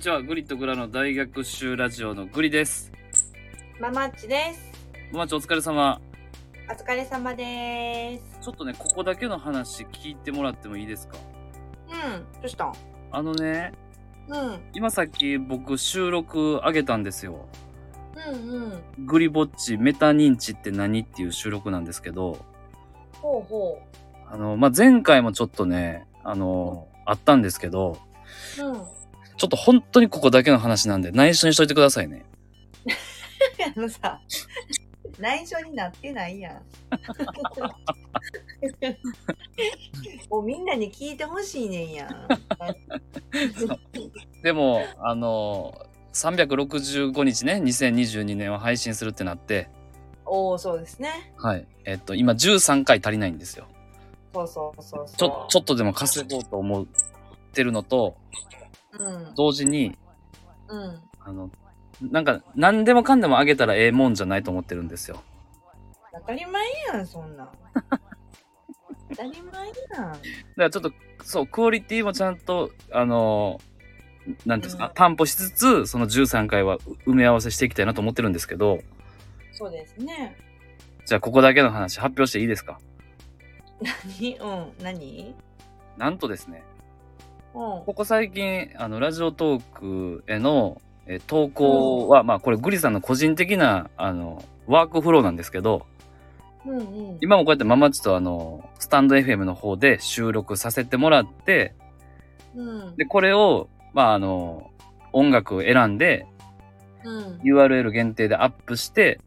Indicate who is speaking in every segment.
Speaker 1: ちはグリとグラの大学習ラジオのグリです
Speaker 2: ママッチです。
Speaker 1: ママチお疲れ様
Speaker 2: お疲れ様です。
Speaker 1: ちょっとねここだけの話聞いてもらってもいいですか
Speaker 2: うん、どうしたん
Speaker 1: あのね
Speaker 2: うん、
Speaker 1: 今さっき僕収録上げたんですよ
Speaker 2: うん、うん。
Speaker 1: グリぼっちメタ認知って何っていう収録なんですけど
Speaker 2: ほうほ
Speaker 1: あの、まあ、前回もちょっとねあのあったんですけど
Speaker 2: う。うん。あ
Speaker 1: ちょっと本当にここだけの話なんで内緒にしといてくださいね
Speaker 2: のさ、内緒になってないやん。もうみんなに聞いてほしいねんやん。
Speaker 1: でもあの365日ね2022年を配信するってなって
Speaker 2: おお、そうですね。
Speaker 1: はい。えっと、今13回足りないんですよ。
Speaker 2: そうそうそうそう。
Speaker 1: ちょ、ちょっとでも稼ごうと思ってるのと、
Speaker 2: うん、
Speaker 1: 同時に、
Speaker 2: うん。
Speaker 1: あの、なんか、何でもかんでもあげたらええもんじゃないと思ってるんですよ。
Speaker 2: 当たり前やん、そんなん。当たり前やん。
Speaker 1: だからちょっと、そう、クオリティもちゃんと、あの、なんていうんですか、
Speaker 2: うん
Speaker 1: 担保しつつ、その13回は埋め合わせしていきたいなと思ってるんですけど、
Speaker 2: そうですね。
Speaker 1: じゃあここだけの話発表していいですか
Speaker 2: 何うん、何
Speaker 1: なんとですね、
Speaker 2: うん。
Speaker 1: ここ最近、あの、ラジオトークへの、えー投稿は、まあ、これ、グリさんの個人的な、あの、ワークフローなんですけど、
Speaker 2: うんうん。
Speaker 1: 今もこうやってママッチと、あの、スタンド FM の方で収録させてもらって、
Speaker 2: うん。
Speaker 1: で、これを、まあ、あの、音楽を選んで、
Speaker 2: うん。
Speaker 1: URL 限定でアップして、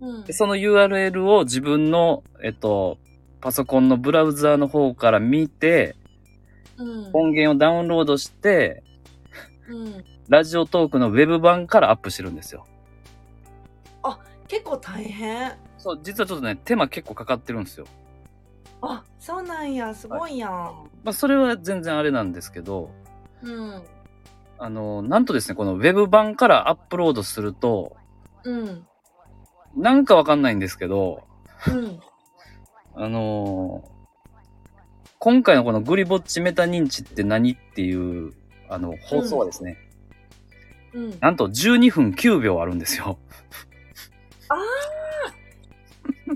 Speaker 2: うん
Speaker 1: でその URL を自分の、えっと、パソコンのブラウザーの方から見て、
Speaker 2: うん
Speaker 1: 音源をダウンロードして、
Speaker 2: うん、
Speaker 1: ラジオトークのウェブ版からアップしてるんですよ。
Speaker 2: 結構大変
Speaker 1: そう、実はちょっとね、手間結構かかってるんですよ。
Speaker 2: あそうなんやすごいやん、
Speaker 1: まあ、それは全然あれなんですけど、
Speaker 2: うん
Speaker 1: あの、なんとですね、このウェブ版からアップロードすると、
Speaker 2: うん
Speaker 1: なんかわかんないんですけど、
Speaker 2: うん
Speaker 1: あのー今回のこのグリぼっちメタ認知って何っていう、あの、放送はですね、
Speaker 2: うん
Speaker 1: なんと12分9秒あるんですよ。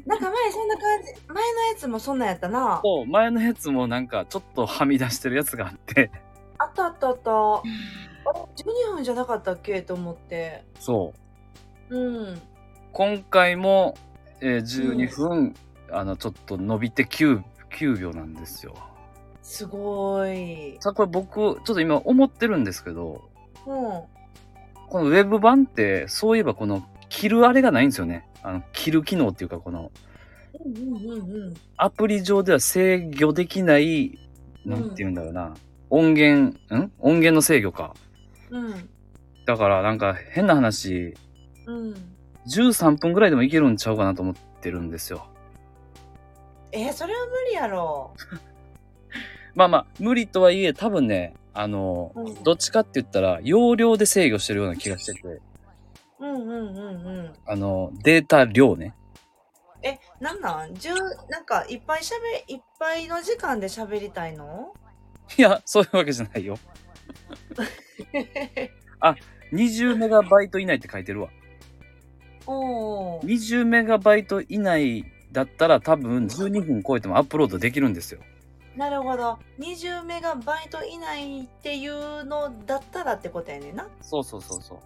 Speaker 2: なんか前そんな感じ前のやつもそんなんやったな
Speaker 1: そう、前のやつもなんかちょっとはみ出してるやつがあって、
Speaker 2: あったあったあったあれ12分じゃなかったっけと思って
Speaker 1: そう、
Speaker 2: うん
Speaker 1: 今回も、えー12分、あの、ちょっと伸びて9、9秒なんですよ。
Speaker 2: すごい
Speaker 1: さあ、これ僕、ちょっと今思ってるんですけど、
Speaker 2: うん
Speaker 1: このウェブ版って、そういえばこの、切るあれがないんですよね。あの、切る機能っていうか、この、
Speaker 2: うんうんうん
Speaker 1: アプリ上では制御できない、なんて言うんだろうな。音源、ん音源の制御か。
Speaker 2: うん
Speaker 1: だから、なんか、変な話、
Speaker 2: うんうん
Speaker 1: 13分ぐらいでもいけるんちゃうかなと思ってるんですよ。
Speaker 2: えーそれは無理やろ
Speaker 1: まあまあ、無理とはいえ、多分ね、あの、
Speaker 2: うん
Speaker 1: どっちかって言ったら、容量で制御してるような気がしてて、
Speaker 2: うんうんうんうん
Speaker 1: あの、データ量ね。
Speaker 2: えなんなん十なんかいっぱいしゃべいっぱいの時間で喋りたい の
Speaker 1: いや、そういうわけじゃないよ。20メガバイト以内って書いてるわ。
Speaker 2: おお
Speaker 1: 20メガバイト以内だったら多分12分超えてもアップロードできるんですよ。
Speaker 2: なるほど20メガバイト以内っていうのだったらってことやねんな
Speaker 1: そうそうそうそう。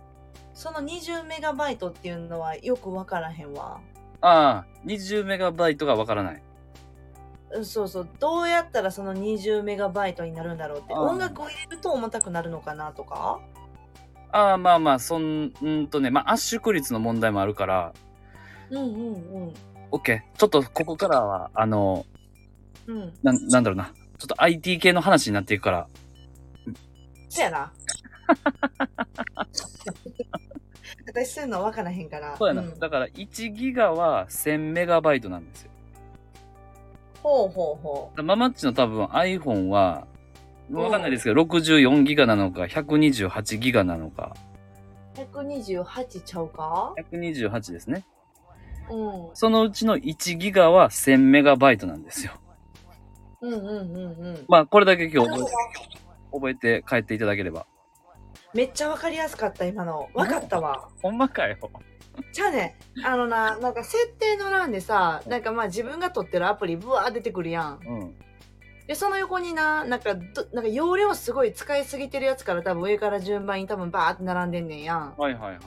Speaker 2: その20メガバイトっていうのはよくわからへんわ
Speaker 1: ああ、20メガバイトがわからない。
Speaker 2: うんそうそうどうやったらその20メガバイトになるんだろうって
Speaker 1: あー
Speaker 2: 音楽を入れると重たくなるのかなとか
Speaker 1: ああ、まあまあ、そん、うんとね、まあ圧縮率の問題もあるから、
Speaker 2: うんうん
Speaker 1: OK。ちょっとここからは、あの、
Speaker 2: うんうん
Speaker 1: なん、なんだろうな。ちょっと IT 系の話になっていくから、
Speaker 2: そや な私そういうのわからへんから
Speaker 1: そうやな。
Speaker 2: ん
Speaker 1: だから1ギガは1000メガバイトなんですよ。
Speaker 2: ほうほうほ
Speaker 1: ママッチの多分 iPhone は、わかんないですけど、64ギガなのか、128ギガなのか、
Speaker 2: う128ちゃうか
Speaker 1: 128ですね。
Speaker 2: うん
Speaker 1: そのうちの1ギガは1000メガバイトなんですよ。
Speaker 2: うんうんうんうん
Speaker 1: まあ、これだけ今日
Speaker 2: なる
Speaker 1: 覚
Speaker 2: ほ
Speaker 1: え
Speaker 2: ど
Speaker 1: 覚えて帰っていただければ。
Speaker 2: めっちゃわかりやすかった、今の。わかったわ。
Speaker 1: ほんまかよ。
Speaker 2: じゃあね、あのな、なんか設定の欄でさ、なんかまあ自分が撮ってるアプリブワー出てくるやん。
Speaker 1: うん。
Speaker 2: で、その横にな、なんかど、なんか容量すごい使いすぎてるやつから多分上から順番に多分バーって並んでんねんやん。
Speaker 1: はいはいはいはい。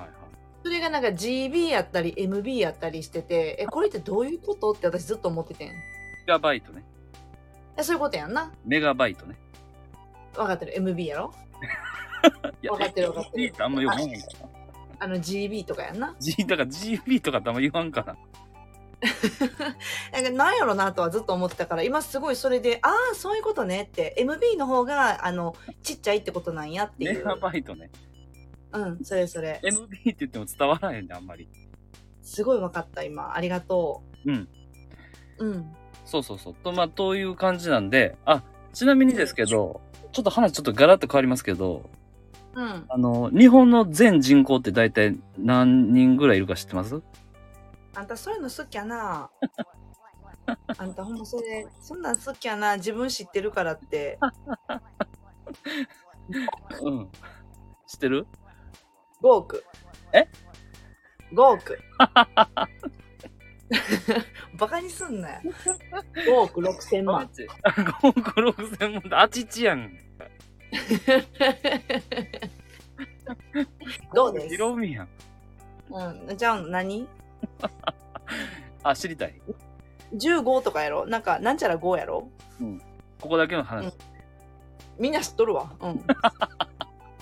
Speaker 2: それがなんか GB やったり MB やったりしてて、え、これってどういうことって私ずっと思っててん。
Speaker 1: メガバイトね。
Speaker 2: え、そういうことやんな。
Speaker 1: メガバイトね。
Speaker 2: わかってる。MB やろ
Speaker 1: いや
Speaker 2: わかってるわかって
Speaker 1: GB
Speaker 2: る
Speaker 1: ってあんまよく言わへんからな。
Speaker 2: あの GB とかやんな。
Speaker 1: G、だから GB とかってあんま言わんから。
Speaker 2: なんかなんやろなとはずっと思ってたから、今すごいそれで、ああ、そういうことねって、MB の方が、あの、ちっちゃいってことなんやってい
Speaker 1: メ
Speaker 2: う。
Speaker 1: ガバイトね。
Speaker 2: うん、それそれ。
Speaker 1: MB って言っても伝わらへんね、あんまり。
Speaker 2: すごい分かった、今。ありがと
Speaker 1: うん。
Speaker 2: う。うん。
Speaker 1: そうそうそう。と、まあ、という感じなんで、あ、ちなみにですけど、ちょっと話ちょっとガラッと変わりますけど、
Speaker 2: うん。
Speaker 1: あの、日本の全人口って大体何人ぐらいいるか知ってます
Speaker 2: あんたそういうの好きやな。あんたほんまそれ、そんなん好きやな。自分知ってるからって。
Speaker 1: うん。知ってる
Speaker 2: 5億。
Speaker 1: え
Speaker 2: ?5 億。バカにすんなよ。5億6千
Speaker 1: あ
Speaker 2: 万。
Speaker 1: っち。5億6千万だ。あちちやん。
Speaker 2: どうです
Speaker 1: ひろみやん。
Speaker 2: うん。じゃあ何
Speaker 1: あ、知りたい。
Speaker 2: ?15 とかやろなんか、なんちゃら5やろ
Speaker 1: ここだけの話。
Speaker 2: みんな知っとるわ。うん。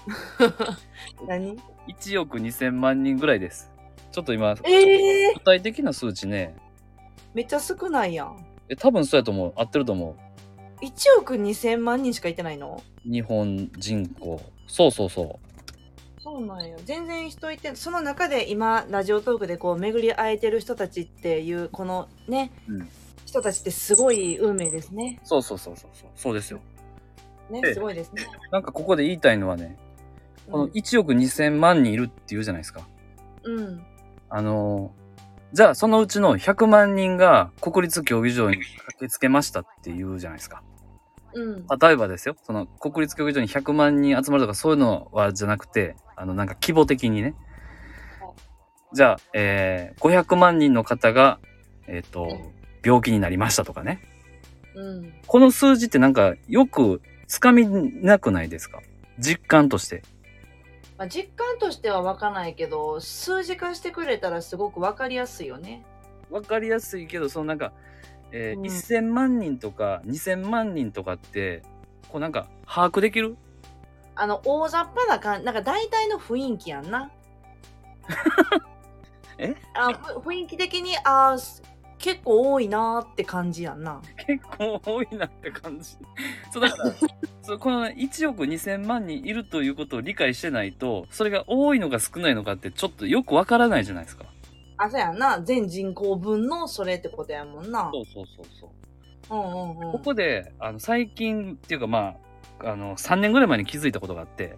Speaker 2: 何
Speaker 1: 1億2千万人ぐらいです。ちょっと今、
Speaker 2: ええ
Speaker 1: 具体的な数値ね。
Speaker 2: めっちゃ少ないやん。
Speaker 1: え、多分そうやと思う。合ってると思
Speaker 2: 1億2000万人しかいてないの
Speaker 1: う。日本人口。そうそうそ
Speaker 2: そうなんよ全然人いてその中で今ラジオトークでこう巡り会えてる人たちっていうこのね、
Speaker 1: うん
Speaker 2: 人たちってすごい運命ですね
Speaker 1: う。そうそうそうそうそう。そうですよ。
Speaker 2: ね
Speaker 1: ええ
Speaker 2: すごいですね、
Speaker 1: なんかここで言いたいのはね、 この
Speaker 2: うん
Speaker 1: 1億2千万人いるって言うじゃないですか。
Speaker 2: うん
Speaker 1: あのーじゃあそのうちの100万人が国立競技場に駆けつけましたって言うじゃないですか。
Speaker 2: うん
Speaker 1: 例えばですよ、その国立競技場に100万人集まるとかそういうのはじゃなくて、あのなんか規模的にね
Speaker 2: はい。
Speaker 1: じゃあ、えー、500万人の方が、えっ、
Speaker 2: う
Speaker 1: と
Speaker 2: ん、
Speaker 1: 病気になりましたとかね。
Speaker 2: うん
Speaker 1: この数字ってなんかよくつかみなくないですか実感として。
Speaker 2: まあ、実感としてはわかないけど数字化してくれたらすごくわかりやすいよね
Speaker 1: わかりやすいけど、そのなんか、えー
Speaker 2: うん
Speaker 1: 1000万人とか2000万人とかって、こうなんか把握できる
Speaker 2: あの大雑把な感じなんか大体の雰囲気やんな
Speaker 1: え
Speaker 2: あふ雰囲気的にあーす結構多いなーって感じやんな
Speaker 1: 結構多いなって感じ。 そうだから、そうこのね1億2000万人いるということを理解してないと、それが多いのか少ないのかってちょっとよくわからないじゃないですか。
Speaker 2: あ、そうやんな。全人口分のそれってことやもんな。
Speaker 1: そうそうそうそう。
Speaker 2: うんうんうん。
Speaker 1: ここで、あの、最近っていうかまあ、あの、3年ぐらい前に気づいたことがあって、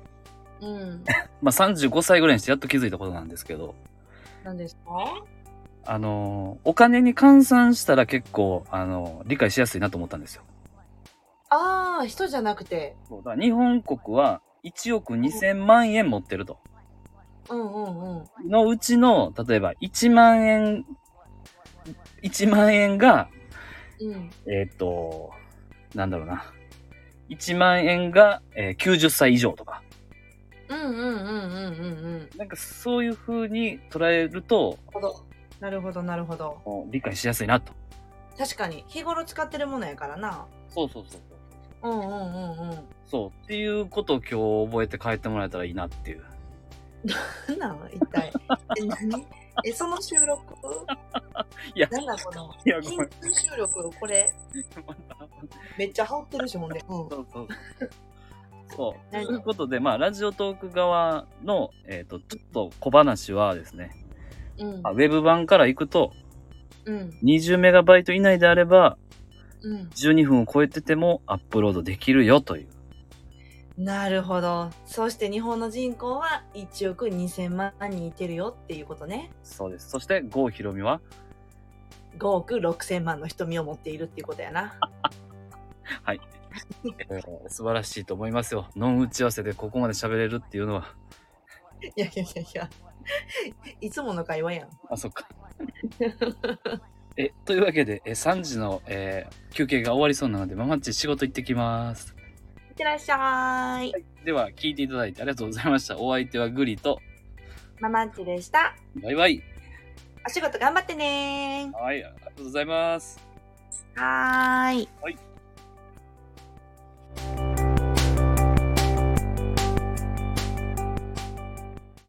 Speaker 2: うん。
Speaker 1: まあ35歳ぐらいにしてやっと気づいたことなんですけど、
Speaker 2: 何ですか
Speaker 1: あの、お金に換算したら結構、あの、理解しやすいなと思ったんですよ。
Speaker 2: ああ、人じゃなくて。
Speaker 1: そうだから日本国は1億2000万円持ってると。
Speaker 2: うんうんうん。
Speaker 1: のうちの、例えば1万円、1万円が、
Speaker 2: うん。
Speaker 1: えーっ、と、なんだろうな。1万円が、えー90歳以上とか。
Speaker 2: うんうんうんうんうんうん。
Speaker 1: なんかそういう風に捉えると、
Speaker 2: ほど。なるほどなるほど。
Speaker 1: こう理解しやすいなと。
Speaker 2: 確かに、日頃使ってるものやからな。
Speaker 1: そうそうそう。
Speaker 2: うんうんうんうん。
Speaker 1: そう。っていうことを今日覚えて帰ってもらえたらいいなっていう。
Speaker 2: なんなん一体。え、何え、その収録
Speaker 1: いや
Speaker 2: なんだこの。
Speaker 1: いやごめん
Speaker 2: 緊急収録、こ れ。めっちゃ羽織ってるし、ほんで。うん。
Speaker 1: そうそうそう。そう。と
Speaker 2: 何
Speaker 1: いうことで、まあ、ラジオトーク側の、えっ、と、ちょっと小話はですね、
Speaker 2: うん
Speaker 1: まあウ。ェブ版から行くと、
Speaker 2: うん。
Speaker 1: 20メガバイト以内であれば、
Speaker 2: うん。
Speaker 1: 12分を超えててもアップロードできるよという。
Speaker 2: なるほど。そして日本の人口は1億2000万人いてるよっていうことね。
Speaker 1: そうです。そして、郷ひろみは、
Speaker 2: 5億6000万の瞳を持っているっていうことやな。
Speaker 1: はい。えー素晴らしいと思いますよ。ノン打ち合わせでここまで喋れるっていうのは。
Speaker 2: いやいやいやいや。いつもの会話 やん。
Speaker 1: あ、そっか。え、というわけで、え3時の、えー休憩が終わりそうなので、ママッチ仕事行ってきます。
Speaker 2: いってらっしゃい。
Speaker 1: では、聞いていただいてありがとうございました。お相手はグリと、
Speaker 2: ママンチでした。
Speaker 1: バイバイ。
Speaker 2: お仕事頑張ってね
Speaker 1: はい、ありがとうございます。
Speaker 2: ー。はーい。
Speaker 1: はい